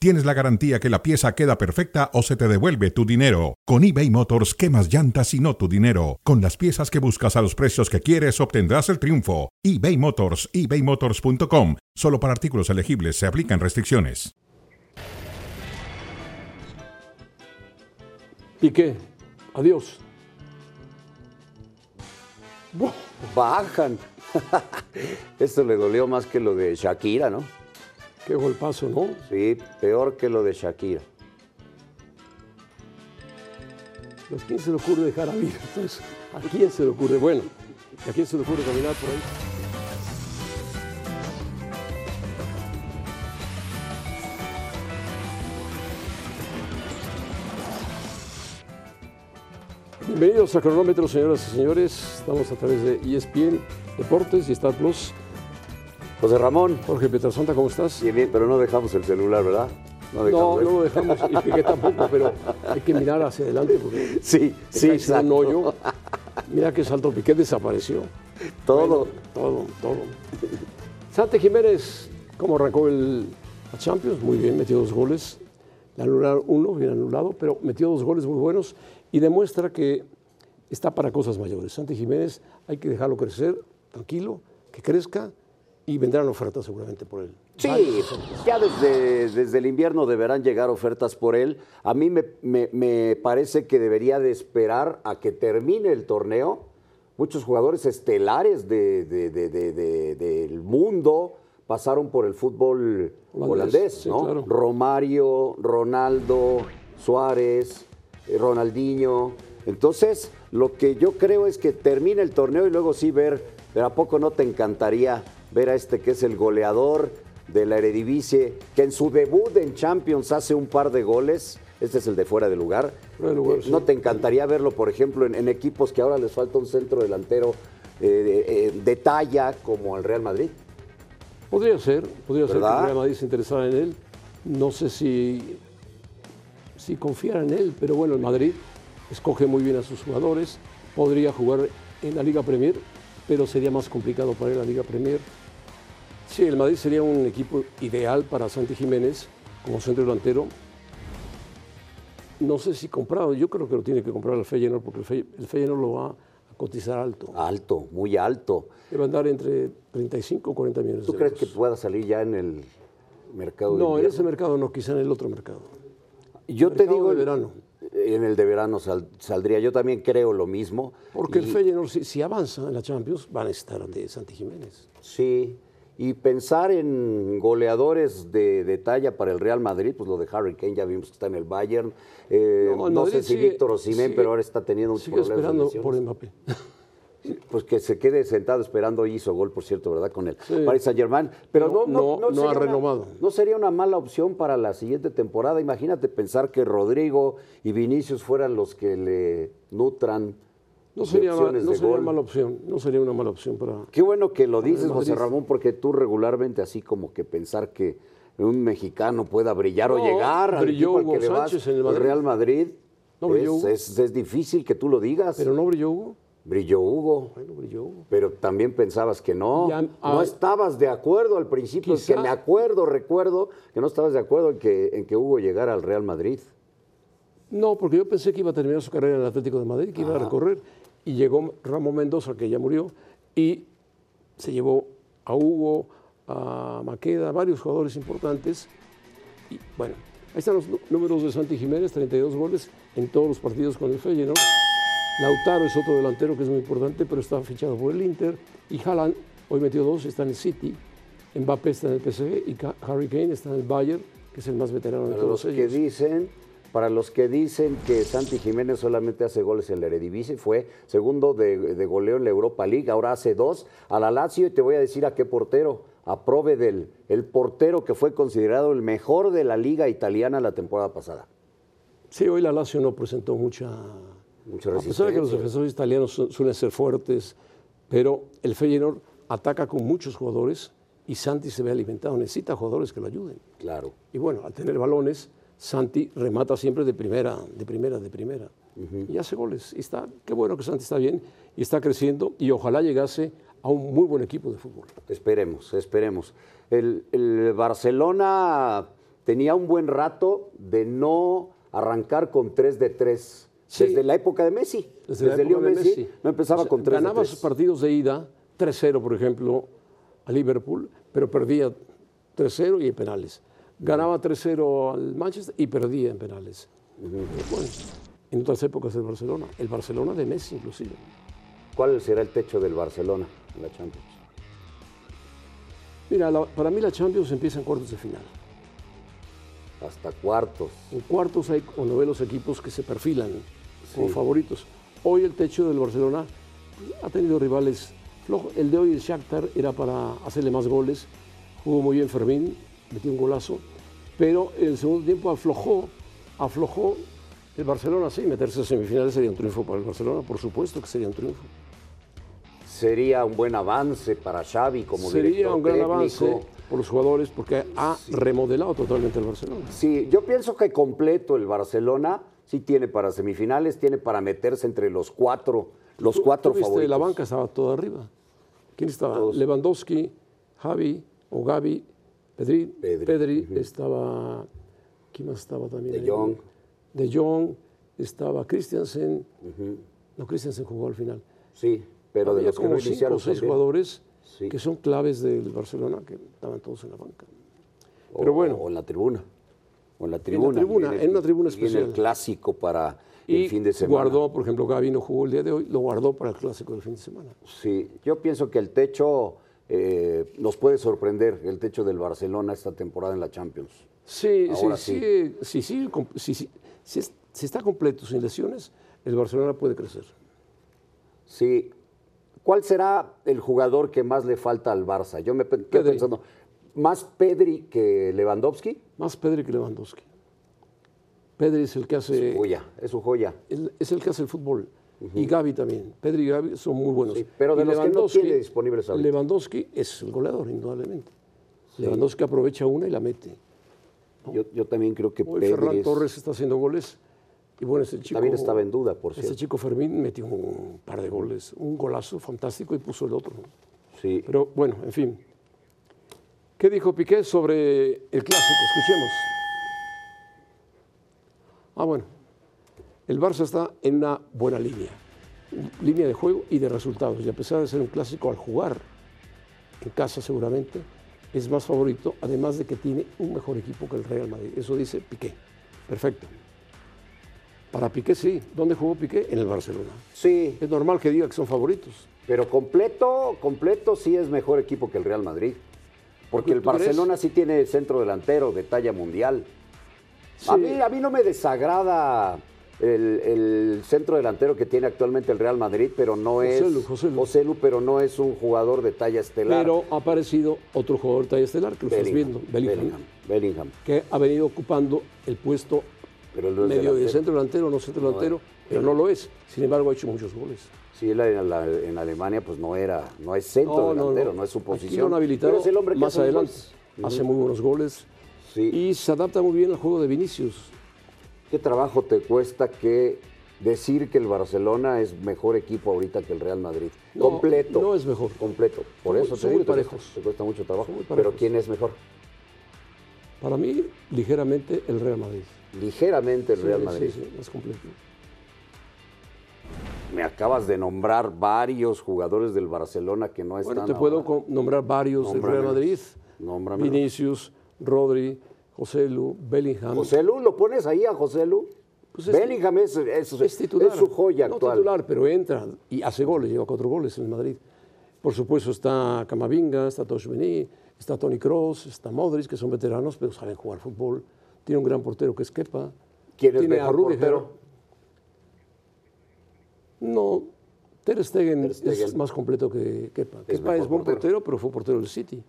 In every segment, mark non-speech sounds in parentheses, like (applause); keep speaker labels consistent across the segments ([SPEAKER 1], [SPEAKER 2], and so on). [SPEAKER 1] tienes la garantía que la pieza queda perfecta o se te devuelve tu dinero. Con eBay Motors, quemas llantas y no tu dinero. Con las piezas que buscas a los precios que quieres, obtendrás el triunfo. eBay Motors, ebaymotors.com. Solo para artículos elegibles se aplican restricciones.
[SPEAKER 2] ¿Y qué? Adiós.
[SPEAKER 3] Buah, Bajan. (laughs) Esto le dolió más que lo de Shakira, ¿no?
[SPEAKER 2] Qué golpazo, ¿no?
[SPEAKER 3] Sí, peor que lo de Shakira.
[SPEAKER 2] ¿A quién se le ocurre dejar abierto eso? ¿A quién se le ocurre? Bueno, ¿y a quién se le ocurre caminar por ahí? Bienvenidos a Cronómetro, señoras y señores. Estamos a través de E ESPN Deportes y Star Plus.
[SPEAKER 3] José Ramón.
[SPEAKER 2] Jorge Pietrasanta, ¿cómo estás?
[SPEAKER 3] Bien, bien, pero no dejamos el celular, ¿verdad? No,
[SPEAKER 2] No, no
[SPEAKER 3] dejamos el-
[SPEAKER 2] lo dejamos, y Piqué tampoco, pero hay que mirar hacia adelante porque
[SPEAKER 3] Sí, sí,
[SPEAKER 2] es un
[SPEAKER 3] exacto. (laughs)
[SPEAKER 2] hoyo. Mira que salto Piqué desapareció.
[SPEAKER 3] Todo.
[SPEAKER 2] Todo, todo. Sante Jiménez, ¿cómo arrancó el la Champions? Muy bien, metió dos goles. Le anularon uno, bien anulado, pero metió dos goles muy buenos y demuestra que está para cosas mayores. Santi Jiménez hay que dejarlo crecer, tranquilo, que crezca y vendrán ofertas seguramente por él.
[SPEAKER 3] Sí,
[SPEAKER 2] Varias.
[SPEAKER 3] ya desde, desde el invierno deberán llegar ofertas por él. A mí me, me- me parece que debería de esperar a que termine el torneo. Muchos jugadores estelares de- de- de- de- de- del mundo pasaron por el fútbol
[SPEAKER 2] Holandés,
[SPEAKER 3] holandés,
[SPEAKER 2] sí,
[SPEAKER 3] ¿no?
[SPEAKER 2] claro.
[SPEAKER 3] Romario, Ronaldo, Suárez, eh, Ronaldinho. Entonces, lo que yo creo es que termine el torneo y luego sí ver, pero ¿a poco no te encantaría ver a este que es el goleador de la Eredivisie, que en su debut en Champions hace un par de goles? Este es el de fuera de lugar.
[SPEAKER 2] Fuera de lugar,
[SPEAKER 3] Eh,
[SPEAKER 2] sí.
[SPEAKER 3] ¿No te encantaría verlo, por ejemplo, en, en equipos que ahora les falta un centro delantero eh, de, eh, de talla como el Real Madrid?
[SPEAKER 2] Podría ser, podría ser que
[SPEAKER 3] ¿Verdad?
[SPEAKER 2] el Real Madrid se interesara en él. No sé si, si confiara en él, pero bueno, el Madrid escoge muy bien a sus jugadores. Podría jugar en la Liga Premier, pero sería más complicado para él la Liga Premier. Sí, el Madrid sería un equipo ideal para Santi Jiménez como centro delantero. No sé si comprado, yo creo que lo tiene que comprar el Feyenoord porque el, Fey- el Feyenoord lo va a cotizar alto.
[SPEAKER 3] Alto, muy alto.
[SPEAKER 2] Debe andar entre 35 o 40 millones de
[SPEAKER 3] ¿Tú crees
[SPEAKER 2] euros.
[SPEAKER 3] que pueda salir ya en el mercado de
[SPEAKER 2] No, en
[SPEAKER 3] invierno?
[SPEAKER 2] ese mercado no, quizá en el otro mercado.
[SPEAKER 3] Yo te
[SPEAKER 2] mercado
[SPEAKER 3] digo
[SPEAKER 2] de
[SPEAKER 3] el-
[SPEAKER 2] verano.
[SPEAKER 3] En el de verano sal- saldría. Yo también creo lo mismo.
[SPEAKER 2] Porque el
[SPEAKER 3] Y-
[SPEAKER 2] Feyenoord, si, si avanza en la Champions, van a estar de Santi Jiménez.
[SPEAKER 3] Sí. Y pensar en goleadores de, de talla para el Real Madrid, pues lo de Harry Kane ya vimos que está en el Bayern. Eh,
[SPEAKER 2] No,
[SPEAKER 3] no,
[SPEAKER 2] el Madrid
[SPEAKER 3] sé si
[SPEAKER 2] sigue-
[SPEAKER 3] Víctor Osimhen,
[SPEAKER 2] sigue-
[SPEAKER 3] pero ahora está teniendo un
[SPEAKER 2] Sigo
[SPEAKER 3] problema.
[SPEAKER 2] esperando por Mbappé.
[SPEAKER 3] Pues que se quede sentado esperando hizo gol, por cierto, ¿verdad? Con el
[SPEAKER 2] Sí.
[SPEAKER 3] Paris Saint Germain. Pero no,
[SPEAKER 2] No,
[SPEAKER 3] no,
[SPEAKER 2] no ha
[SPEAKER 3] una-
[SPEAKER 2] renovado.
[SPEAKER 3] no sería una mala opción para la siguiente temporada. Imagínate pensar que Rodrigo y Vinicius fueran los que le nutran
[SPEAKER 2] No
[SPEAKER 3] de
[SPEAKER 2] sería, ma-
[SPEAKER 3] opciones
[SPEAKER 2] no
[SPEAKER 3] de
[SPEAKER 2] sería
[SPEAKER 3] gol.
[SPEAKER 2] mala opción. No sería una mala opción para.
[SPEAKER 3] Qué bueno que lo dices,
[SPEAKER 2] Madrid.
[SPEAKER 3] José Ramón, porque tú regularmente así como que pensar que un mexicano pueda brillar o
[SPEAKER 2] No,
[SPEAKER 3] llegar al
[SPEAKER 2] brilló
[SPEAKER 3] equipo al
[SPEAKER 2] Hugo
[SPEAKER 3] que le vas,
[SPEAKER 2] Sánchez en el
[SPEAKER 3] el
[SPEAKER 2] Madrid.
[SPEAKER 3] Real Madrid,
[SPEAKER 2] No brilló
[SPEAKER 3] es,
[SPEAKER 2] Hugo.
[SPEAKER 3] es- es difícil que tú lo digas.
[SPEAKER 2] Pero no brilló Hugo.
[SPEAKER 3] Brilló Hugo.
[SPEAKER 2] Bueno, brilló Hugo.
[SPEAKER 3] Pero también pensabas que no.
[SPEAKER 2] Ya,
[SPEAKER 3] no
[SPEAKER 2] ah,
[SPEAKER 3] estabas de acuerdo al principio. Es
[SPEAKER 2] quizá-
[SPEAKER 3] que me acuerdo, recuerdo que no estabas de acuerdo en que, en que Hugo llegara al Real Madrid.
[SPEAKER 2] No, porque yo pensé que iba a terminar su carrera en el Atlético de Madrid, que iba a recorrer. Y llegó Ramón Mendoza, que ya murió, y se llevó a Hugo, a Maqueda, varios jugadores importantes. Y bueno, ahí están los nu- números de Santi Jiménez, 32 goles en todos los partidos con el Feyenoord. Lautaro es otro delantero que es muy importante, pero está fichado por el Inter. Y Haaland, hoy metió dos, está en el City. Mbappé está en el PSG y Ca- Harry Kane está en el Bayern, que es el más veterano de
[SPEAKER 3] Para los
[SPEAKER 2] todos
[SPEAKER 3] que
[SPEAKER 2] ellos.
[SPEAKER 3] dicen, para los que dicen que Santi Jiménez solamente hace goles en la Eredivisie, fue segundo de, de goleo en la Europa League, ahora hace dos a la Lazio y te voy a decir a qué portero, a Provedel, el portero que fue considerado el mejor de la liga italiana la temporada pasada.
[SPEAKER 2] Sí, hoy la Lazio no presentó mucha,
[SPEAKER 3] Mucha
[SPEAKER 2] A pesar de que los
[SPEAKER 3] resistencia.
[SPEAKER 2] defensores italianos su- suelen ser fuertes, pero el Feyenoord ataca con muchos jugadores y Santi se ve alimentado, necesita jugadores que lo ayuden.
[SPEAKER 3] Claro.
[SPEAKER 2] Y bueno, al tener balones, Santi remata siempre de primera, de primera, de primera. Y hace goles. Y está, qué bueno que Santi está bien y está creciendo y ojalá llegase a un muy buen equipo de fútbol.
[SPEAKER 3] Esperemos, esperemos. El, el Barcelona tenía un buen rato de no arrancar con 3 de 3.
[SPEAKER 2] Sí.
[SPEAKER 3] Desde la época de Messi. Desde,
[SPEAKER 2] la
[SPEAKER 3] Leo
[SPEAKER 2] época de
[SPEAKER 3] Messi, No empezaba
[SPEAKER 2] O sea,
[SPEAKER 3] con 3 de
[SPEAKER 2] Ganaba
[SPEAKER 3] 3.
[SPEAKER 2] sus partidos de ida, 3-0, por ejemplo, a Liverpool, pero perdía 3-0 y en penales. Ganaba 3-0 al Manchester y perdía en penales. Bueno, en otras épocas el Barcelona. El Barcelona de Messi, inclusive.
[SPEAKER 3] ¿Cuál será el techo del Barcelona en la Champions?
[SPEAKER 2] Mira, la- para mí la Champions empieza en cuartos de final.
[SPEAKER 3] Hasta cuartos.
[SPEAKER 2] En cuartos hay cuando ve los equipos que se perfilan como favoritos. Hoy el techo del Barcelona pues, ha tenido rivales flojos. El de hoy, el Shakhtar, era para hacerle más goles. Jugó muy bien Fermín, metió un golazo. Pero en el segundo tiempo aflojó, aflojó el Barcelona. Sí, meterse a semifinales sería un triunfo para el Barcelona, por supuesto que sería un triunfo.
[SPEAKER 3] Sería un buen avance para Xavi como
[SPEAKER 2] sería
[SPEAKER 3] director
[SPEAKER 2] un gran
[SPEAKER 3] técnico.
[SPEAKER 2] avance por los jugadores porque ha remodelado totalmente el Barcelona.
[SPEAKER 3] Sí, yo pienso que completo el Barcelona sí tiene para semifinales, tiene para meterse entre los cuatro, los
[SPEAKER 2] Tú-
[SPEAKER 3] cuatro
[SPEAKER 2] tú viste,
[SPEAKER 3] favoritos.
[SPEAKER 2] La banca estaba toda arriba. ¿Quién estaba?
[SPEAKER 3] Todos.
[SPEAKER 2] Lewandowski, Javi o Gavi, Pedri.
[SPEAKER 3] Pedri, ujú.
[SPEAKER 2] estaba. ¿Quién más estaba también?
[SPEAKER 3] De
[SPEAKER 2] ahí?
[SPEAKER 3] Jong.
[SPEAKER 2] De Jong, estaba Christiansen. No, Christiansen jugó al final.
[SPEAKER 3] Sí, pero de
[SPEAKER 2] Había
[SPEAKER 3] los que
[SPEAKER 2] como
[SPEAKER 3] no
[SPEAKER 2] cinco
[SPEAKER 3] iniciaron
[SPEAKER 2] o seis
[SPEAKER 3] también.
[SPEAKER 2] jugadores
[SPEAKER 3] Sí.
[SPEAKER 2] que son claves del Barcelona que estaban todos en la banca.
[SPEAKER 3] O-
[SPEAKER 2] Pero bueno.
[SPEAKER 3] O en la tribuna. O en la tribuna.
[SPEAKER 2] tribuna,
[SPEAKER 3] viene
[SPEAKER 2] en una tribuna
[SPEAKER 3] viene el
[SPEAKER 2] especial.
[SPEAKER 3] clásico para
[SPEAKER 2] Y
[SPEAKER 3] el fin de semana.
[SPEAKER 2] guardó, por ejemplo, Gavi no jugó el día de hoy, lo guardó para el clásico del fin de semana.
[SPEAKER 3] Sí, yo pienso que el techo eh, nos puede sorprender, el techo del Barcelona esta temporada en la Champions.
[SPEAKER 2] Sí,
[SPEAKER 3] Ahora
[SPEAKER 2] sí,
[SPEAKER 3] sí.
[SPEAKER 2] sí, sí, sí, com- sí, sí, si es- si está completo sin lesiones, el Barcelona puede crecer.
[SPEAKER 3] Sí. ¿Cuál será el jugador que más le falta al Barça? Yo me pe- quedo
[SPEAKER 2] Pedri.
[SPEAKER 3] pensando, ¿más Pedri que Lewandowski?
[SPEAKER 2] Más Pedri que Lewandowski. Pedri es el que hace
[SPEAKER 3] Joya, es su joya.
[SPEAKER 2] el- es el que hace el fútbol y Gavi también. Pedri y Gavi son muy buenos.
[SPEAKER 3] Sí, pero de
[SPEAKER 2] Y
[SPEAKER 3] los que no
[SPEAKER 2] Lewandowski-
[SPEAKER 3] tiene disponibles ahorita.
[SPEAKER 2] Lewandowski es el goleador indudablemente. Lewandowski aprovecha una y la mete.
[SPEAKER 3] Yo, yo también creo que
[SPEAKER 2] Hoy
[SPEAKER 3] Pedri
[SPEAKER 2] Ferran
[SPEAKER 3] es-
[SPEAKER 2] Torres está haciendo goles y bueno, ese chico
[SPEAKER 3] también estaba en duda, por
[SPEAKER 2] Ese
[SPEAKER 3] cierto.
[SPEAKER 2] chico Fermín metió un par de goles, un golazo fantástico y puso el otro.
[SPEAKER 3] Sí.
[SPEAKER 2] Pero bueno, en fin. ¿Qué dijo Piqué sobre el clásico? Escuchemos. Ah, bueno. El Barça está en una buena línea. Línea de juego y de resultados. Y a pesar de ser un clásico al jugar en casa seguramente, es más favorito, además de que tiene un mejor equipo que el Real Madrid. Eso dice Piqué. Perfecto. Para Piqué sí. ¿Dónde jugó Piqué? En el Barcelona.
[SPEAKER 3] Sí,
[SPEAKER 2] Es normal que diga que son favoritos.
[SPEAKER 3] pero completo, completo sí es mejor equipo que el Real Madrid. Porque el
[SPEAKER 2] ¿Tú crees?
[SPEAKER 3] Barcelona sí tiene centro delantero de talla mundial. A,
[SPEAKER 2] Sí.
[SPEAKER 3] mí, a mí no me desagrada el, el centro delantero que tiene actualmente el Real Madrid, pero no es.
[SPEAKER 2] Joselu, Joselu.
[SPEAKER 3] Joselu, pero no es un jugador de talla estelar.
[SPEAKER 2] Pero ha aparecido otro jugador talla estelar que lo estás
[SPEAKER 3] Bellingham,
[SPEAKER 2] viendo, Bellingham,
[SPEAKER 3] Bellingham.
[SPEAKER 2] que ha venido ocupando el puesto
[SPEAKER 3] Pero él no es
[SPEAKER 2] medio de
[SPEAKER 3] delantero.
[SPEAKER 2] centro delantero, no centro delantero,
[SPEAKER 3] eh,
[SPEAKER 2] pero no lo es. Sin embargo, ha hecho muchos goles.
[SPEAKER 3] Sí, él en, la- en Alemania pues no era, no es centro delantero, no, es su posición.
[SPEAKER 2] Aquí lo han habilitado
[SPEAKER 3] Pero es el hombre que
[SPEAKER 2] más
[SPEAKER 3] hace los
[SPEAKER 2] adelante.
[SPEAKER 3] goles.
[SPEAKER 2] Hace muy buenos goles
[SPEAKER 3] Sí.
[SPEAKER 2] y se adapta muy bien al juego de Vinicius.
[SPEAKER 3] ¿Qué trabajo te cuesta que decir que el Barcelona es mejor equipo ahorita que el Real Madrid?
[SPEAKER 2] No,
[SPEAKER 3] completo.
[SPEAKER 2] no es mejor.
[SPEAKER 3] Completo.
[SPEAKER 2] Son
[SPEAKER 3] Por
[SPEAKER 2] muy-
[SPEAKER 3] eso
[SPEAKER 2] son
[SPEAKER 3] te digo,
[SPEAKER 2] muy
[SPEAKER 3] te cuesta-
[SPEAKER 2] parejos.
[SPEAKER 3] Te cuesta mucho trabajo.
[SPEAKER 2] Son muy parejos.
[SPEAKER 3] Pero ¿quién es mejor?
[SPEAKER 2] Para mí, ligeramente el Real Madrid.
[SPEAKER 3] Ligeramente el Real
[SPEAKER 2] Sí,
[SPEAKER 3] Madrid.
[SPEAKER 2] sí, sí, más completo.
[SPEAKER 3] Me acabas de nombrar varios jugadores del Barcelona que no están.
[SPEAKER 2] Bueno, te puedo
[SPEAKER 3] ahora.
[SPEAKER 2] com- nombrar varios del Real
[SPEAKER 3] Nómbramelos.
[SPEAKER 2] Madrid.
[SPEAKER 3] Nómbramelos.
[SPEAKER 2] Vinicius, Rodri, Joselu, Bellingham.
[SPEAKER 3] José Lu, ¿lo pones ahí a José Lu?
[SPEAKER 2] Pues es-
[SPEAKER 3] Bellingham es, es-
[SPEAKER 2] Es titular.
[SPEAKER 3] es su joya
[SPEAKER 2] no
[SPEAKER 3] actual.
[SPEAKER 2] titular, pero entra y hace goles, lleva cuatro goles en el Madrid. Por supuesto está Camavinga, está Toshmeni, está Tony Cross, está Modric, que son veteranos, pero saben jugar fútbol. Tiene un gran portero que es Kepa.
[SPEAKER 3] ¿Quién es
[SPEAKER 2] Tiene
[SPEAKER 3] mejor portero?
[SPEAKER 2] No, Ter Stegen,
[SPEAKER 3] Stegen.
[SPEAKER 2] es más completo que Kepa. Kepa
[SPEAKER 3] mejor
[SPEAKER 2] es buen
[SPEAKER 3] portero.
[SPEAKER 2] portero. pero fue portero del City.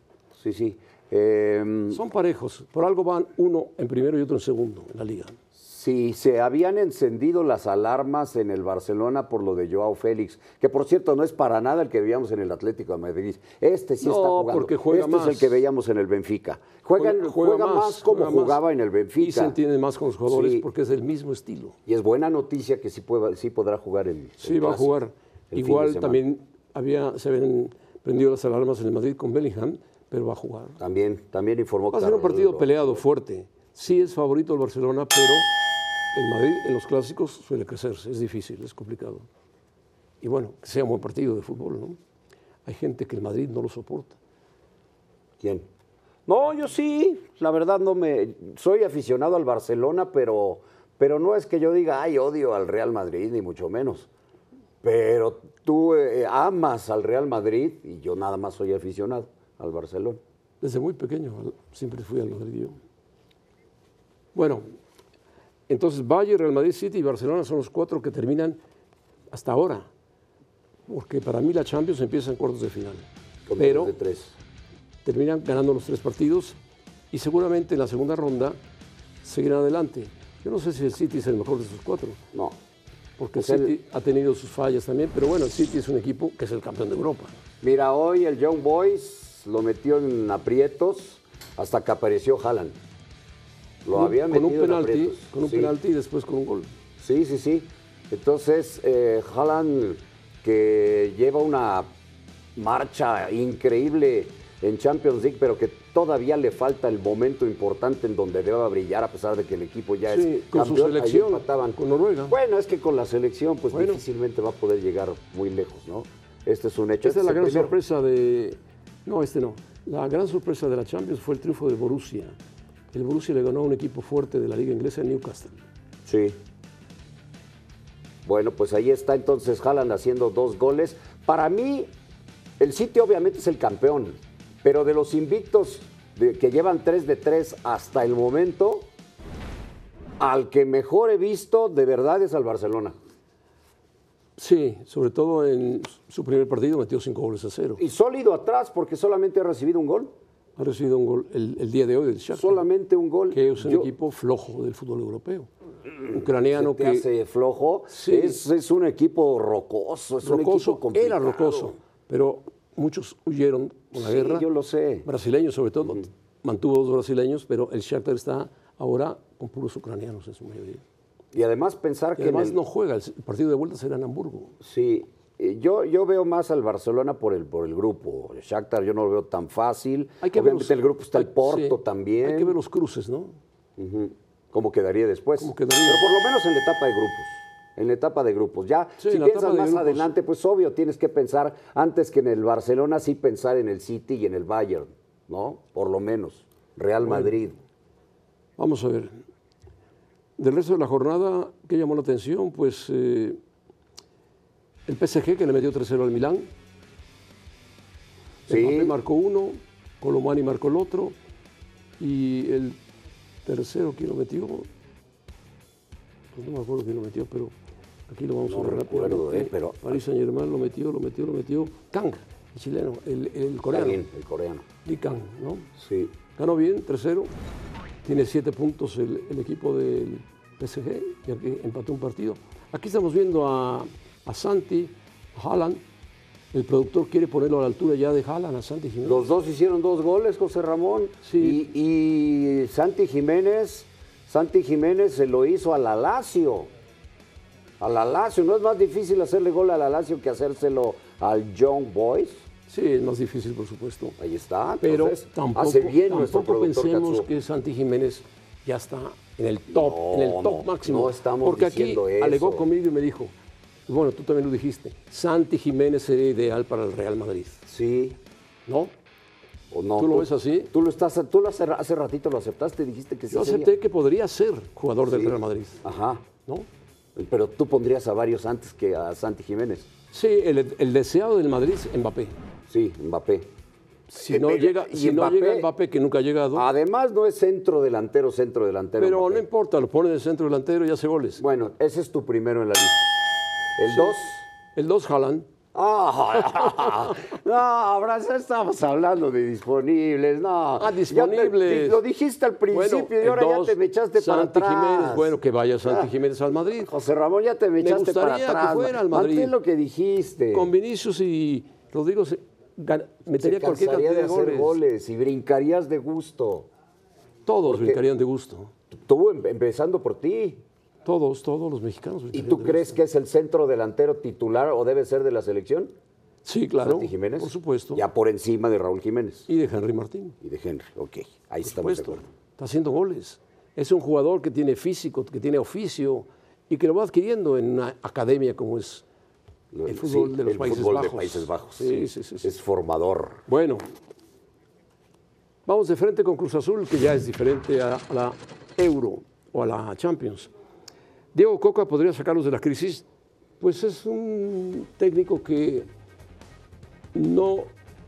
[SPEAKER 3] Sí, sí. Eh,
[SPEAKER 2] Son parejos. Por algo van uno en primero y otro en segundo en la liga.
[SPEAKER 3] si se habían encendido las alarmas en el Barcelona por lo de Joao Félix, que por cierto no es para nada el que veíamos en el Atlético de Madrid. Este sí
[SPEAKER 2] No,
[SPEAKER 3] está jugando.
[SPEAKER 2] porque juega
[SPEAKER 3] este
[SPEAKER 2] más.
[SPEAKER 3] es el que veíamos en el Benfica. Juega, juega, más, como
[SPEAKER 2] juega más.
[SPEAKER 3] jugaba en el Benfica.
[SPEAKER 2] Y se entiende más con los jugadores
[SPEAKER 3] Sí.
[SPEAKER 2] porque es el mismo estilo.
[SPEAKER 3] Y es buena noticia que sí, pueda- sí podrá jugar el. el
[SPEAKER 2] Sí, va a
[SPEAKER 3] clásico,
[SPEAKER 2] jugar.
[SPEAKER 3] el fin de
[SPEAKER 2] Igual
[SPEAKER 3] semana.
[SPEAKER 2] también había, se habían prendido las alarmas en el Madrid con Bellingham, pero va a jugar.
[SPEAKER 3] También, también informó
[SPEAKER 2] Va a ser un
[SPEAKER 3] Carlos
[SPEAKER 2] partido
[SPEAKER 3] Duro.
[SPEAKER 2] peleado, fuerte. Sí es favorito el Barcelona, pero el Madrid en los clásicos suele crecerse. Es difícil, es complicado. Y bueno, que sea un buen partido de fútbol, ¿no? Hay gente que el Madrid no lo soporta.
[SPEAKER 3] ¿Quién? No, yo sí, la verdad no me. Soy aficionado al Barcelona, pero, pero no es que yo diga, ay, odio al Real Madrid, ni mucho menos. Pero tú eh, amas al Real Madrid y yo nada más soy aficionado al Barcelona.
[SPEAKER 2] Desde muy pequeño al- siempre fui al Madrid yo. Bueno, entonces Bayern, Real Madrid City y Barcelona son los cuatro que terminan hasta ahora. Porque para mí la Champions empieza en cuartos de final.
[SPEAKER 3] Con
[SPEAKER 2] Pero
[SPEAKER 3] tres de tres.
[SPEAKER 2] terminan ganando los tres partidos y seguramente en la segunda ronda seguirán adelante. Yo no sé si el City es el mejor de sus cuatro,
[SPEAKER 3] No.
[SPEAKER 2] porque el
[SPEAKER 3] Pues el-
[SPEAKER 2] City ha tenido sus fallas también, pero bueno, el City es un equipo que es el campeón de Europa.
[SPEAKER 3] Mira, hoy el Young Boys lo metió en aprietos hasta que apareció Haaland. Lo
[SPEAKER 2] Con-
[SPEAKER 3] había
[SPEAKER 2] con
[SPEAKER 3] metido
[SPEAKER 2] un
[SPEAKER 3] en
[SPEAKER 2] penalti,
[SPEAKER 3] aprietos.
[SPEAKER 2] con un
[SPEAKER 3] Sí.
[SPEAKER 2] penalti y después con un gol.
[SPEAKER 3] Sí, sí, sí. Entonces, eh, Haaland, que lleva una marcha increíble en Champions League, pero que todavía le falta el momento importante en donde deba brillar, a pesar de que el equipo ya
[SPEAKER 2] Sí,
[SPEAKER 3] es
[SPEAKER 2] con su
[SPEAKER 3] campeón. Ayer
[SPEAKER 2] selección,
[SPEAKER 3] empataban.
[SPEAKER 2] con Noruega.
[SPEAKER 3] Bueno, es que con la selección, pues
[SPEAKER 2] Bueno.
[SPEAKER 3] difícilmente va a poder llegar muy lejos, ¿no? Este es un
[SPEAKER 2] Esa
[SPEAKER 3] hecho. Este
[SPEAKER 2] es la
[SPEAKER 3] el
[SPEAKER 2] gran
[SPEAKER 3] primero.
[SPEAKER 2] sorpresa de... No, este no. La gran sorpresa de la Champions fue el triunfo del Borussia. El Borussia le ganó a un equipo fuerte de la liga inglesa, el Newcastle.
[SPEAKER 3] Sí. Bueno, pues ahí está entonces Haaland haciendo dos goles. Para mí, el City obviamente es el campeón, pero de los invictos de- que llevan 3 de 3 hasta el momento, al que mejor he visto de verdad es al Barcelona.
[SPEAKER 2] Sí, sobre todo en su primer partido metió cinco goles a cero.
[SPEAKER 3] Y sólido atrás porque solamente ha recibido un gol.
[SPEAKER 2] Ha recibido un gol el, el día de hoy del Shakhtar.
[SPEAKER 3] Solamente un gol.
[SPEAKER 2] que es un
[SPEAKER 3] Yo-
[SPEAKER 2] equipo flojo del fútbol europeo.
[SPEAKER 3] se
[SPEAKER 2] Ucraniano
[SPEAKER 3] te
[SPEAKER 2] que
[SPEAKER 3] hace flojo.
[SPEAKER 2] Sí.
[SPEAKER 3] Es, es un equipo rocoso, es un equipo
[SPEAKER 2] rocoso,
[SPEAKER 3] complicado.
[SPEAKER 2] era rocoso, pero muchos huyeron con la
[SPEAKER 3] Sí,
[SPEAKER 2] guerra.
[SPEAKER 3] yo lo sé.
[SPEAKER 2] Brasileños sobre todo, mantuvo dos brasileños, pero el Shakhtar está ahora con puros ucranianos en su mayoría.
[SPEAKER 3] Y además pensar
[SPEAKER 2] Y
[SPEAKER 3] que en
[SPEAKER 2] además
[SPEAKER 3] el-
[SPEAKER 2] no juega, el s- el partido de vuelta será en Hamburgo.
[SPEAKER 3] Sí, eh, yo, yo veo más al Barcelona por el, por el grupo. El Shakhtar yo no lo veo tan fácil.
[SPEAKER 2] Hay que ver
[SPEAKER 3] Obviamente
[SPEAKER 2] los-
[SPEAKER 3] el grupo está el
[SPEAKER 2] hay-
[SPEAKER 3] Porto
[SPEAKER 2] sí,
[SPEAKER 3] también.
[SPEAKER 2] Hay que ver los cruces, ¿no?
[SPEAKER 3] Ujú. ¿Cómo quedaría después?
[SPEAKER 2] ¿Cómo quedaría?
[SPEAKER 3] Pero por lo menos en la etapa de grupos. En la etapa de grupos. Ya,
[SPEAKER 2] Sí,
[SPEAKER 3] si
[SPEAKER 2] en la
[SPEAKER 3] piensas
[SPEAKER 2] etapa de
[SPEAKER 3] más
[SPEAKER 2] grupos.
[SPEAKER 3] adelante, pues obvio, tienes que pensar antes que en el Barcelona, sí pensar en el City y en el Bayern, ¿no? Por lo menos. Real Madrid.
[SPEAKER 2] Vamos a ver. Del resto de la jornada, ¿qué llamó la atención? Pues eh, el PSG que le metió 3-0 al Milán.
[SPEAKER 3] Sí.
[SPEAKER 2] Mbappé marcó uno, Colomani marcó el otro. Y el tercero, ¿quién lo metió? Pues no me acuerdo quién lo metió, pero aquí lo vamos
[SPEAKER 3] No
[SPEAKER 2] a ver
[SPEAKER 3] recuerdo,
[SPEAKER 2] rápidamente.
[SPEAKER 3] eh, pero-
[SPEAKER 2] Paris Saint-Germain lo metió, lo metió, lo metió. Kang, el chileno, el, el coreano.
[SPEAKER 3] También, el coreano.
[SPEAKER 2] Lee Kang, ¿no?
[SPEAKER 3] Sí.
[SPEAKER 2] Ganó bien, 3-0. Tiene 7 puntos el, el equipo del PSG, ya que empató un partido. Aquí estamos viendo a, a Santi, a Haaland. El productor quiere ponerlo a la altura ya de Haaland, a Santi Jiménez.
[SPEAKER 3] Los dos hicieron dos goles, José Ramón.
[SPEAKER 2] Sí.
[SPEAKER 3] Y, y Santi Jiménez, Santi Jiménez se lo hizo al Alacio. Al Alacio. ¿No es más difícil hacerle gol al Alacio que hacérselo al Young Boys?
[SPEAKER 2] Sí, es más difícil, por supuesto.
[SPEAKER 3] Ahí está.
[SPEAKER 2] Pero
[SPEAKER 3] entonces,
[SPEAKER 2] tampoco,
[SPEAKER 3] hace bien nuestro
[SPEAKER 2] tampoco
[SPEAKER 3] productor
[SPEAKER 2] pensemos
[SPEAKER 3] Katsu.
[SPEAKER 2] que Santi Jiménez ya está en el top,
[SPEAKER 3] No,
[SPEAKER 2] en el top
[SPEAKER 3] no,
[SPEAKER 2] máximo.
[SPEAKER 3] no estamos
[SPEAKER 2] Porque aquí
[SPEAKER 3] diciendo eso.
[SPEAKER 2] alegó conmigo y me dijo, y bueno, tú también lo dijiste, Santi Jiménez sería ideal para el Real Madrid,
[SPEAKER 3] Sí.
[SPEAKER 2] ¿no?
[SPEAKER 3] ¿O no?
[SPEAKER 2] ¿Tú lo ves así?
[SPEAKER 3] Tú lo estás, tú lo hace, hace ratito lo aceptaste, dijiste que sí.
[SPEAKER 2] Yo
[SPEAKER 3] sería.
[SPEAKER 2] acepté que podría ser jugador del
[SPEAKER 3] Sí.
[SPEAKER 2] Real Madrid,
[SPEAKER 3] Ajá.
[SPEAKER 2] ¿no?
[SPEAKER 3] Pero tú pondrías a varios antes que a Santi Jiménez.
[SPEAKER 2] Sí, el, el deseado del Madrid es Mbappé.
[SPEAKER 3] Sí, Mbappé.
[SPEAKER 2] Si no,
[SPEAKER 3] Mira,
[SPEAKER 2] llega,
[SPEAKER 3] y
[SPEAKER 2] si no
[SPEAKER 3] Mbappé-
[SPEAKER 2] llega Mbappé, que nunca ha llegado,
[SPEAKER 3] Además, no es centro delantero, centro delantero.
[SPEAKER 2] pero
[SPEAKER 3] Mbappé.
[SPEAKER 2] no importa, lo pone de centro delantero y hace goles.
[SPEAKER 3] Bueno, ese es tu primero en la lista. El 2,
[SPEAKER 2] El 2, Haaland.
[SPEAKER 3] Ah, (laughs) no, ahora ya estamos hablando de disponibles, no.
[SPEAKER 2] Ah,
[SPEAKER 3] Ya te-
[SPEAKER 2] disponibles.
[SPEAKER 3] lo dijiste al principio y ahora ya
[SPEAKER 2] dos,
[SPEAKER 3] te me echaste
[SPEAKER 2] Santi
[SPEAKER 3] para atrás.
[SPEAKER 2] Jiménez, bueno, que vaya Santi Jiménez al Madrid.
[SPEAKER 3] José Ramón, ya te me
[SPEAKER 2] Me
[SPEAKER 3] echaste para
[SPEAKER 2] gustaría que
[SPEAKER 3] atrás.
[SPEAKER 2] fuera al Madrid.
[SPEAKER 3] Mantén lo que dijiste.
[SPEAKER 2] Con Vinicius y Rodrigo se gan- metería
[SPEAKER 3] Se
[SPEAKER 2] cualquier
[SPEAKER 3] cansaría
[SPEAKER 2] cantidad
[SPEAKER 3] de
[SPEAKER 2] de
[SPEAKER 3] hacer
[SPEAKER 2] goles.
[SPEAKER 3] goles y brincarías de gusto.
[SPEAKER 2] Todos brincarían de gusto.
[SPEAKER 3] Tú em- empezando por ti.
[SPEAKER 2] Todos, todos los mexicanos.
[SPEAKER 3] ¿Y
[SPEAKER 2] brincarían
[SPEAKER 3] tú
[SPEAKER 2] de
[SPEAKER 3] crees
[SPEAKER 2] gusto.
[SPEAKER 3] que es el centro delantero titular o debe ser de la selección?
[SPEAKER 2] Sí, claro.
[SPEAKER 3] Santi Jiménez.
[SPEAKER 2] Por supuesto.
[SPEAKER 3] Ya por encima de Raúl Jiménez
[SPEAKER 2] Y de Henry Martín.
[SPEAKER 3] y de Henry. Ok,
[SPEAKER 2] Por
[SPEAKER 3] ahí estamos de
[SPEAKER 2] supuesto.
[SPEAKER 3] acuerdo.
[SPEAKER 2] Está haciendo goles. Es un jugador que tiene físico, que tiene oficio y que lo va adquiriendo en una academia como es
[SPEAKER 3] No,
[SPEAKER 2] el fútbol de los
[SPEAKER 3] el
[SPEAKER 2] Países
[SPEAKER 3] fútbol de
[SPEAKER 2] Bajos.
[SPEAKER 3] Países Bajos,
[SPEAKER 2] Sí, sí, sí, sí.
[SPEAKER 3] Es formador.
[SPEAKER 2] Bueno, vamos de frente con Cruz Azul, que ya es diferente a, a la Euro o a la Champions. Diego Coca podría sacarlos de la crisis. Pues es un técnico que no,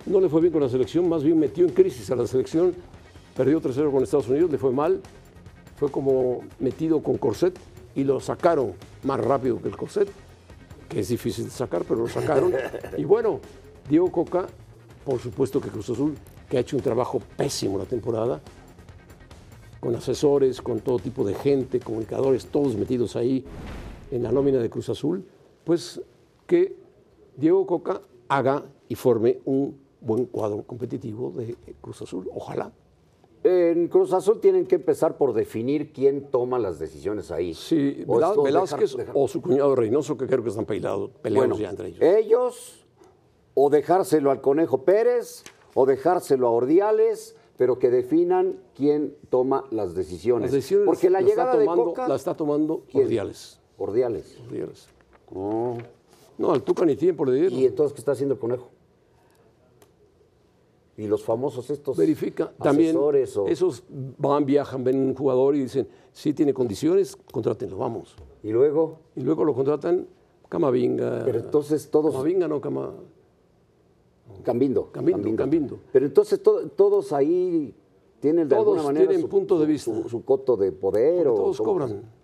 [SPEAKER 2] no le fue bien con la selección, más bien metió en crisis a la selección. Perdió 3-0 con Estados Unidos, le fue mal. Fue como metido con corset y lo sacaron más rápido que el corset que es difícil de sacar, pero lo
[SPEAKER 3] (laughs)
[SPEAKER 2] sacaron. y bueno, Diego Coca, por supuesto que Cruz Azul, que ha hecho un trabajo pésimo la temporada, con asesores, con todo tipo de gente, comunicadores, todos metidos ahí en la nómina de Cruz Azul, pues que Diego Coca haga y forme un buen cuadro competitivo de Cruz Azul, ojalá.
[SPEAKER 3] En Cruz Azul tienen que empezar por definir quién toma las decisiones ahí.
[SPEAKER 2] Sí,
[SPEAKER 3] O
[SPEAKER 2] Vela-
[SPEAKER 3] esto dejar-
[SPEAKER 2] Velázquez
[SPEAKER 3] dejar-
[SPEAKER 2] o su cuñado Reynoso, que creo que están peleados, peleados
[SPEAKER 3] Bueno,
[SPEAKER 2] ya entre ellos.
[SPEAKER 3] ellos o dejárselo al Conejo Pérez o dejárselo a Ordiales, pero que definan quién toma las decisiones.
[SPEAKER 2] Las decisiones
[SPEAKER 3] Porque la
[SPEAKER 2] las
[SPEAKER 3] llegada
[SPEAKER 2] está tomando,
[SPEAKER 3] de Coca...
[SPEAKER 2] la está tomando
[SPEAKER 3] ¿quién?
[SPEAKER 2] Ordiales.
[SPEAKER 3] Ordiales.
[SPEAKER 2] Ordiales.
[SPEAKER 3] Oh.
[SPEAKER 2] No, al Tuca ni tiempo le dieron.
[SPEAKER 3] ¿Y entonces qué está haciendo el Conejo? Y los famosos estos
[SPEAKER 2] Verifica también.
[SPEAKER 3] asesores o-
[SPEAKER 2] Esos van, viajan, ven un jugador y dicen, sí tiene condiciones, contrátenlo, vamos.
[SPEAKER 3] Y luego,
[SPEAKER 2] Y luego lo contratan Camavinga.
[SPEAKER 3] pero entonces todos...
[SPEAKER 2] Camavinga no, Cama...
[SPEAKER 3] Cambindo.
[SPEAKER 2] Cambindo, Cambindo.
[SPEAKER 3] Pero entonces to- todos ahí tienen de
[SPEAKER 2] Todos
[SPEAKER 3] alguna manera
[SPEAKER 2] tienen punto de
[SPEAKER 3] su-
[SPEAKER 2] vista.
[SPEAKER 3] Su, su coto de poder. o
[SPEAKER 2] todos
[SPEAKER 3] como-
[SPEAKER 2] cobran.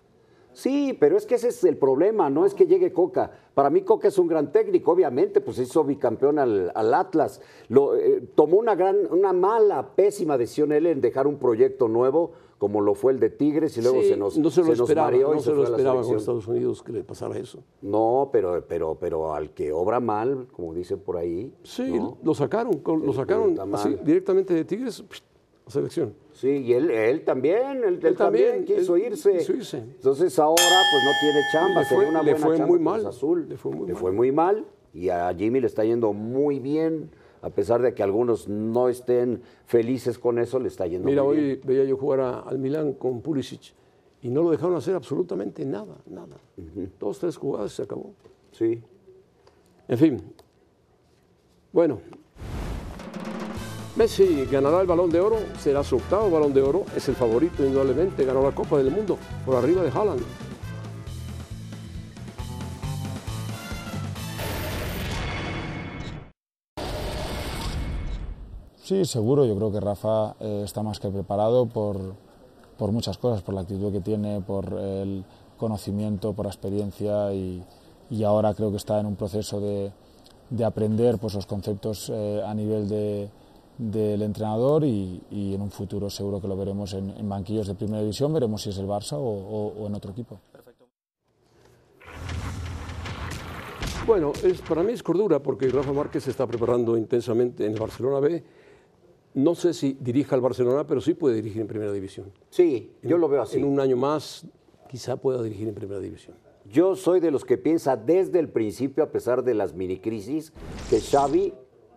[SPEAKER 3] Sí, pero es que ese es el problema, no es que llegue Coca. Para mí Coca es un gran técnico, obviamente, pues hizo bicampeón al, al Atlas. Lo, eh, tomó una gran, una mala, pésima decisión él en dejar un proyecto nuevo, como lo fue el de Tigres, y luego
[SPEAKER 2] Sí,
[SPEAKER 3] se nos
[SPEAKER 2] no se lo
[SPEAKER 3] nos
[SPEAKER 2] esperaba,
[SPEAKER 3] mareó y
[SPEAKER 2] no se,
[SPEAKER 3] fue
[SPEAKER 2] lo
[SPEAKER 3] a la
[SPEAKER 2] esperaba con
[SPEAKER 3] selección.
[SPEAKER 2] Estados Unidos que le pasara eso.
[SPEAKER 3] No, pero, pero, pero al que obra mal, como dicen por ahí.
[SPEAKER 2] Sí,
[SPEAKER 3] ¿no?
[SPEAKER 2] lo sacaron, con- lo
[SPEAKER 3] Sí,
[SPEAKER 2] sacaron
[SPEAKER 3] está mal.
[SPEAKER 2] así, directamente de Tigres psh, a selección.
[SPEAKER 3] Sí, y él, él también, él, él
[SPEAKER 2] Él
[SPEAKER 3] también
[SPEAKER 2] también,
[SPEAKER 3] quiso
[SPEAKER 2] él
[SPEAKER 3] irse.
[SPEAKER 2] quiso irse.
[SPEAKER 3] Entonces ahora pues no tiene chamba,
[SPEAKER 2] Le
[SPEAKER 3] sería
[SPEAKER 2] fue-
[SPEAKER 3] una
[SPEAKER 2] le
[SPEAKER 3] buena
[SPEAKER 2] fue
[SPEAKER 3] chamba
[SPEAKER 2] muy
[SPEAKER 3] Cruz
[SPEAKER 2] mal,
[SPEAKER 3] Azul.
[SPEAKER 2] le fue muy mal.
[SPEAKER 3] mal, y a Jimmy le está yendo muy bien, a pesar de que algunos no estén felices con eso, le está yendo
[SPEAKER 2] Mira,
[SPEAKER 3] muy bien.
[SPEAKER 2] hoy veía yo jugar a- al Milán con Pulisic y no lo dejaron hacer absolutamente nada, nada. Dos, tres jugadas y se acabó.
[SPEAKER 3] Sí.
[SPEAKER 2] En fin. Bueno. Messi ganará el balón de oro, será su octavo balón de oro, es el favorito indudablemente, ganó la Copa del Mundo por arriba de Haaland.
[SPEAKER 4] Sí, seguro. Yo creo que Rafa eh, está más que preparado por, por muchas cosas, por la actitud que tiene, por el conocimiento, por la experiencia y, y ahora creo que está en un proceso de, de aprender pues, los conceptos eh, a nivel de, del entrenador y, y en un futuro seguro que lo veremos en, en banquillos de primera división, veremos si es el Barça o- o- o en otro equipo.
[SPEAKER 2] Bueno, es, para mí es cordura porque Rafa Márquez se está preparando intensamente en el Barcelona B. No sé si dirija al Barcelona, pero sí puede dirigir en primera división.
[SPEAKER 3] Sí, yo lo veo así.
[SPEAKER 2] En un año más quizá pueda dirigir en primera división.
[SPEAKER 3] Yo soy de los que piensa desde el principio, a pesar de las minicrisis, que Xavi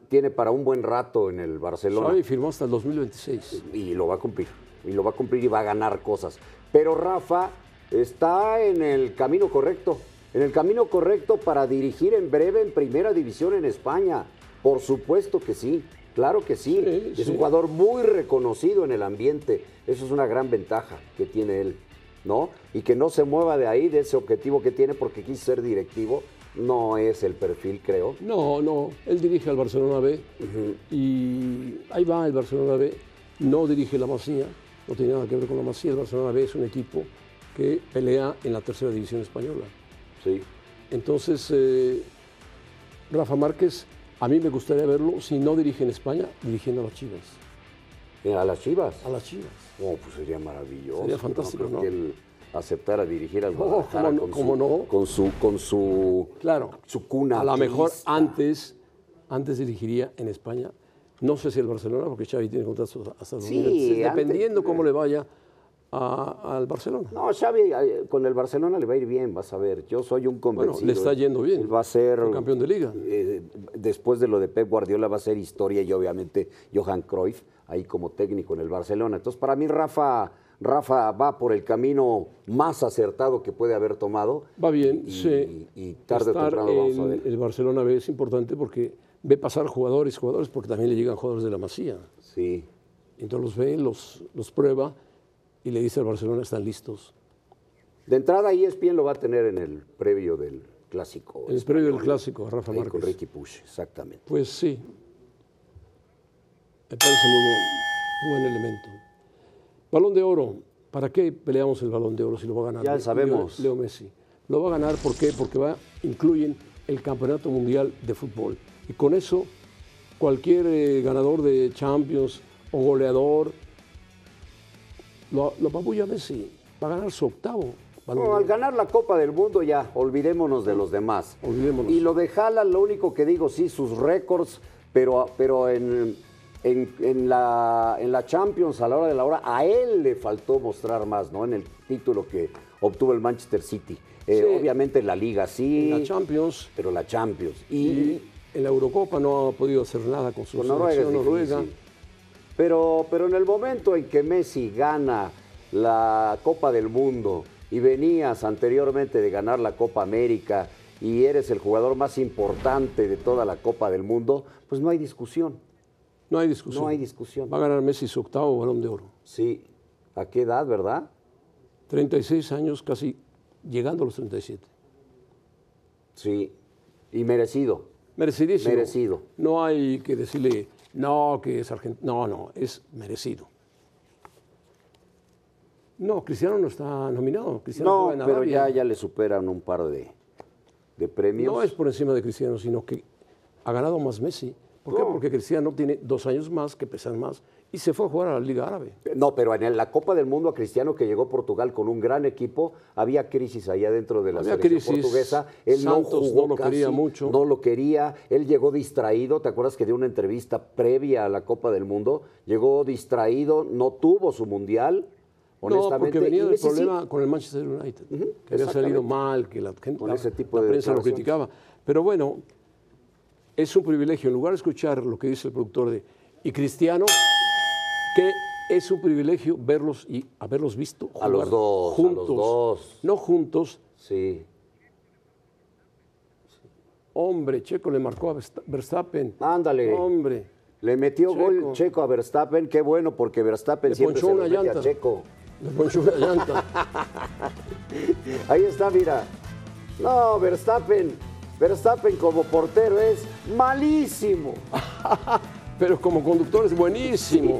[SPEAKER 3] tiene para un buen rato en el Barcelona.
[SPEAKER 2] Xavi firmó hasta el 2026.
[SPEAKER 3] y lo va a cumplir. Y lo va a cumplir y va a ganar cosas. Pero Rafa está en el camino correcto. En el camino correcto para dirigir en breve en primera división en España. Por supuesto que sí. Claro que sí.
[SPEAKER 2] Sí,
[SPEAKER 3] es un
[SPEAKER 2] sí.
[SPEAKER 3] jugador muy reconocido en el ambiente. Eso es una gran ventaja que tiene él. ¿No? Y que no se mueva de ahí, de ese objetivo que tiene, porque quiso ser directivo. No es el perfil, creo.
[SPEAKER 2] No, no, él dirige al Barcelona B y ahí va el Barcelona B. No dirige la Masía, no tiene nada que ver con la Masía. El Barcelona B es un equipo que pelea en la tercera división española.
[SPEAKER 3] Sí.
[SPEAKER 2] Entonces, eh, Rafa Márquez, a mí me gustaría verlo, si no dirige en España, dirigiendo a las Chivas.
[SPEAKER 3] A las Chivas.
[SPEAKER 2] A las Chivas.
[SPEAKER 3] Oh, pues sería maravilloso.
[SPEAKER 2] Sería fantástico,
[SPEAKER 3] Creo
[SPEAKER 2] ¿no?
[SPEAKER 3] que él aceptara dirigir al
[SPEAKER 2] No,
[SPEAKER 3] Guadalajara
[SPEAKER 2] ¿cómo no?
[SPEAKER 3] con,
[SPEAKER 2] ¿Cómo
[SPEAKER 3] su,
[SPEAKER 2] no?
[SPEAKER 3] con su con su
[SPEAKER 2] Claro.
[SPEAKER 3] su cuna.
[SPEAKER 2] A lo mejor
[SPEAKER 3] artista.
[SPEAKER 2] antes, antes dirigiría en España. No sé si el Barcelona, porque Xavi tiene contrato hasta
[SPEAKER 3] Sí,
[SPEAKER 2] 2026,
[SPEAKER 3] antes-
[SPEAKER 2] dependiendo cómo le vaya a- al Barcelona.
[SPEAKER 3] No, Xavi, eh, con el Barcelona le va a ir bien, vas a ver. Yo soy
[SPEAKER 2] Bueno,
[SPEAKER 3] un convencido. eh.
[SPEAKER 2] le está yendo bien.
[SPEAKER 3] Él va a ser
[SPEAKER 2] Fue campeón de liga.
[SPEAKER 3] eh, después de lo de Pep Guardiola va a ser historia y obviamente Johan Cruyff ahí como técnico en el Barcelona. Entonces, para mí Rafa Rafa va por el camino más acertado que puede haber tomado.
[SPEAKER 2] Va bien,
[SPEAKER 3] Y-
[SPEAKER 2] sí.
[SPEAKER 3] y- y tarde o
[SPEAKER 2] Estar
[SPEAKER 3] temprano lo vamos a
[SPEAKER 2] en
[SPEAKER 3] ver.
[SPEAKER 2] El Barcelona B es importante porque ve pasar jugadores, jugadores, porque también le llegan jugadores de la Masía.
[SPEAKER 3] Sí.
[SPEAKER 2] Entonces los ve, los, los prueba y le dice al Barcelona, están listos.
[SPEAKER 3] De entrada E ESPN lo va a tener en el previo del clásico.
[SPEAKER 2] El previo del clásico, Rafa
[SPEAKER 3] Ahí con
[SPEAKER 2] Márquez.
[SPEAKER 3] Ricky Push, exactamente.
[SPEAKER 2] Pues sí, me parece muy buen, buen elemento. Balón de oro, ¿para qué peleamos el balón de oro si lo va a ganar?
[SPEAKER 3] Ya
[SPEAKER 2] Leo-
[SPEAKER 3] sabemos.
[SPEAKER 2] Leo Messi. Lo va a ganar, ¿por qué? Porque va, incluyen el Campeonato Mundial de Fútbol. Y con eso, cualquier eh, ganador de Champions o goleador lo, lo apabulla a Messi. Va a ganar su octavo balón de
[SPEAKER 3] No, al
[SPEAKER 2] oro.
[SPEAKER 3] ganar la Copa del Mundo ya, olvidémonos de los demás.
[SPEAKER 2] Olvidémonos.
[SPEAKER 3] Y lo de Haaland, lo único que digo, sí, sus récords, pero, pero en, en- en la, en la Champions, a la hora de la hora, a él le faltó mostrar más, ¿no? En el título que obtuvo el Manchester City. Eh,
[SPEAKER 2] Sí.
[SPEAKER 3] Obviamente en la Liga sí,
[SPEAKER 2] En la Champions
[SPEAKER 3] pero la Champions.
[SPEAKER 2] y en la Eurocopa no ha podido hacer nada con su
[SPEAKER 3] Con Noruega es
[SPEAKER 2] selección noruega.
[SPEAKER 3] difícil. Pero, pero en el momento en que Messi gana la Copa del Mundo y venías anteriormente de ganar la Copa América y eres el jugador más importante de toda la Copa del Mundo, pues no hay discusión.
[SPEAKER 2] No hay discusión.
[SPEAKER 3] No hay discusión.
[SPEAKER 2] Va a ganar Messi su octavo balón de oro.
[SPEAKER 3] Sí. ¿A qué edad, verdad?
[SPEAKER 2] 36 años, casi llegando a los 37.
[SPEAKER 3] Sí. Y merecido.
[SPEAKER 2] Merecidísimo.
[SPEAKER 3] Merecido.
[SPEAKER 2] No hay que decirle, no, que es argentino. No, no, es merecido. No, Cristiano no está nominado. Cristiano
[SPEAKER 3] No,
[SPEAKER 2] juega en
[SPEAKER 3] pero
[SPEAKER 2] Arabia.
[SPEAKER 3] ya, ya le superan un par de, de premios.
[SPEAKER 2] No es por encima de Cristiano, sino que ha ganado más Messi. ¿Por qué?
[SPEAKER 3] No.
[SPEAKER 2] Porque Cristiano tiene dos años más que pesan más y se fue a jugar a la Liga Árabe.
[SPEAKER 3] No, pero en el- la Copa del Mundo a Cristiano que llegó a Portugal con un gran equipo, había crisis allá dentro de la
[SPEAKER 2] Había
[SPEAKER 3] selección
[SPEAKER 2] crisis,
[SPEAKER 3] portuguesa. Él no
[SPEAKER 2] Santos
[SPEAKER 3] jugó
[SPEAKER 2] no lo
[SPEAKER 3] casi,
[SPEAKER 2] quería mucho.
[SPEAKER 3] No lo quería. Él llegó distraído. ¿Te acuerdas que dio una entrevista previa a la Copa del Mundo? Llegó distraído, no tuvo su mundial.
[SPEAKER 2] No,
[SPEAKER 3] Honestamente,
[SPEAKER 2] porque venía
[SPEAKER 3] Y
[SPEAKER 2] del
[SPEAKER 3] Messi sí.
[SPEAKER 2] problema con el Manchester United, que había salido mal, que la gente,
[SPEAKER 3] Con
[SPEAKER 2] la-
[SPEAKER 3] ese tipo
[SPEAKER 2] la
[SPEAKER 3] de
[SPEAKER 2] prensa lo
[SPEAKER 3] declaraciones.
[SPEAKER 2] criticaba. Pero bueno, es un privilegio, en lugar de escuchar lo que dice el productor de y Cristiano, que es un privilegio verlos y haberlos visto
[SPEAKER 3] A
[SPEAKER 2] jugar
[SPEAKER 3] los dos, a los
[SPEAKER 2] juntos,
[SPEAKER 3] dos.
[SPEAKER 2] no juntos.
[SPEAKER 3] Sí.
[SPEAKER 2] Hombre, Checo le marcó a Versta- Verstappen.
[SPEAKER 3] Ándale.
[SPEAKER 2] Hombre,
[SPEAKER 3] Le metió
[SPEAKER 2] Checo.
[SPEAKER 3] gol Checo a Verstappen. Qué bueno, porque Verstappen
[SPEAKER 2] Le
[SPEAKER 3] siempre
[SPEAKER 2] ponchó
[SPEAKER 3] se lo
[SPEAKER 2] una
[SPEAKER 3] mete
[SPEAKER 2] llanta.
[SPEAKER 3] a Checo.
[SPEAKER 2] le ponchó una llanta.
[SPEAKER 3] Ahí está, mira. No, Verstappen. Verstappen como portero es malísimo.
[SPEAKER 2] Pero como conductor es buenísimo.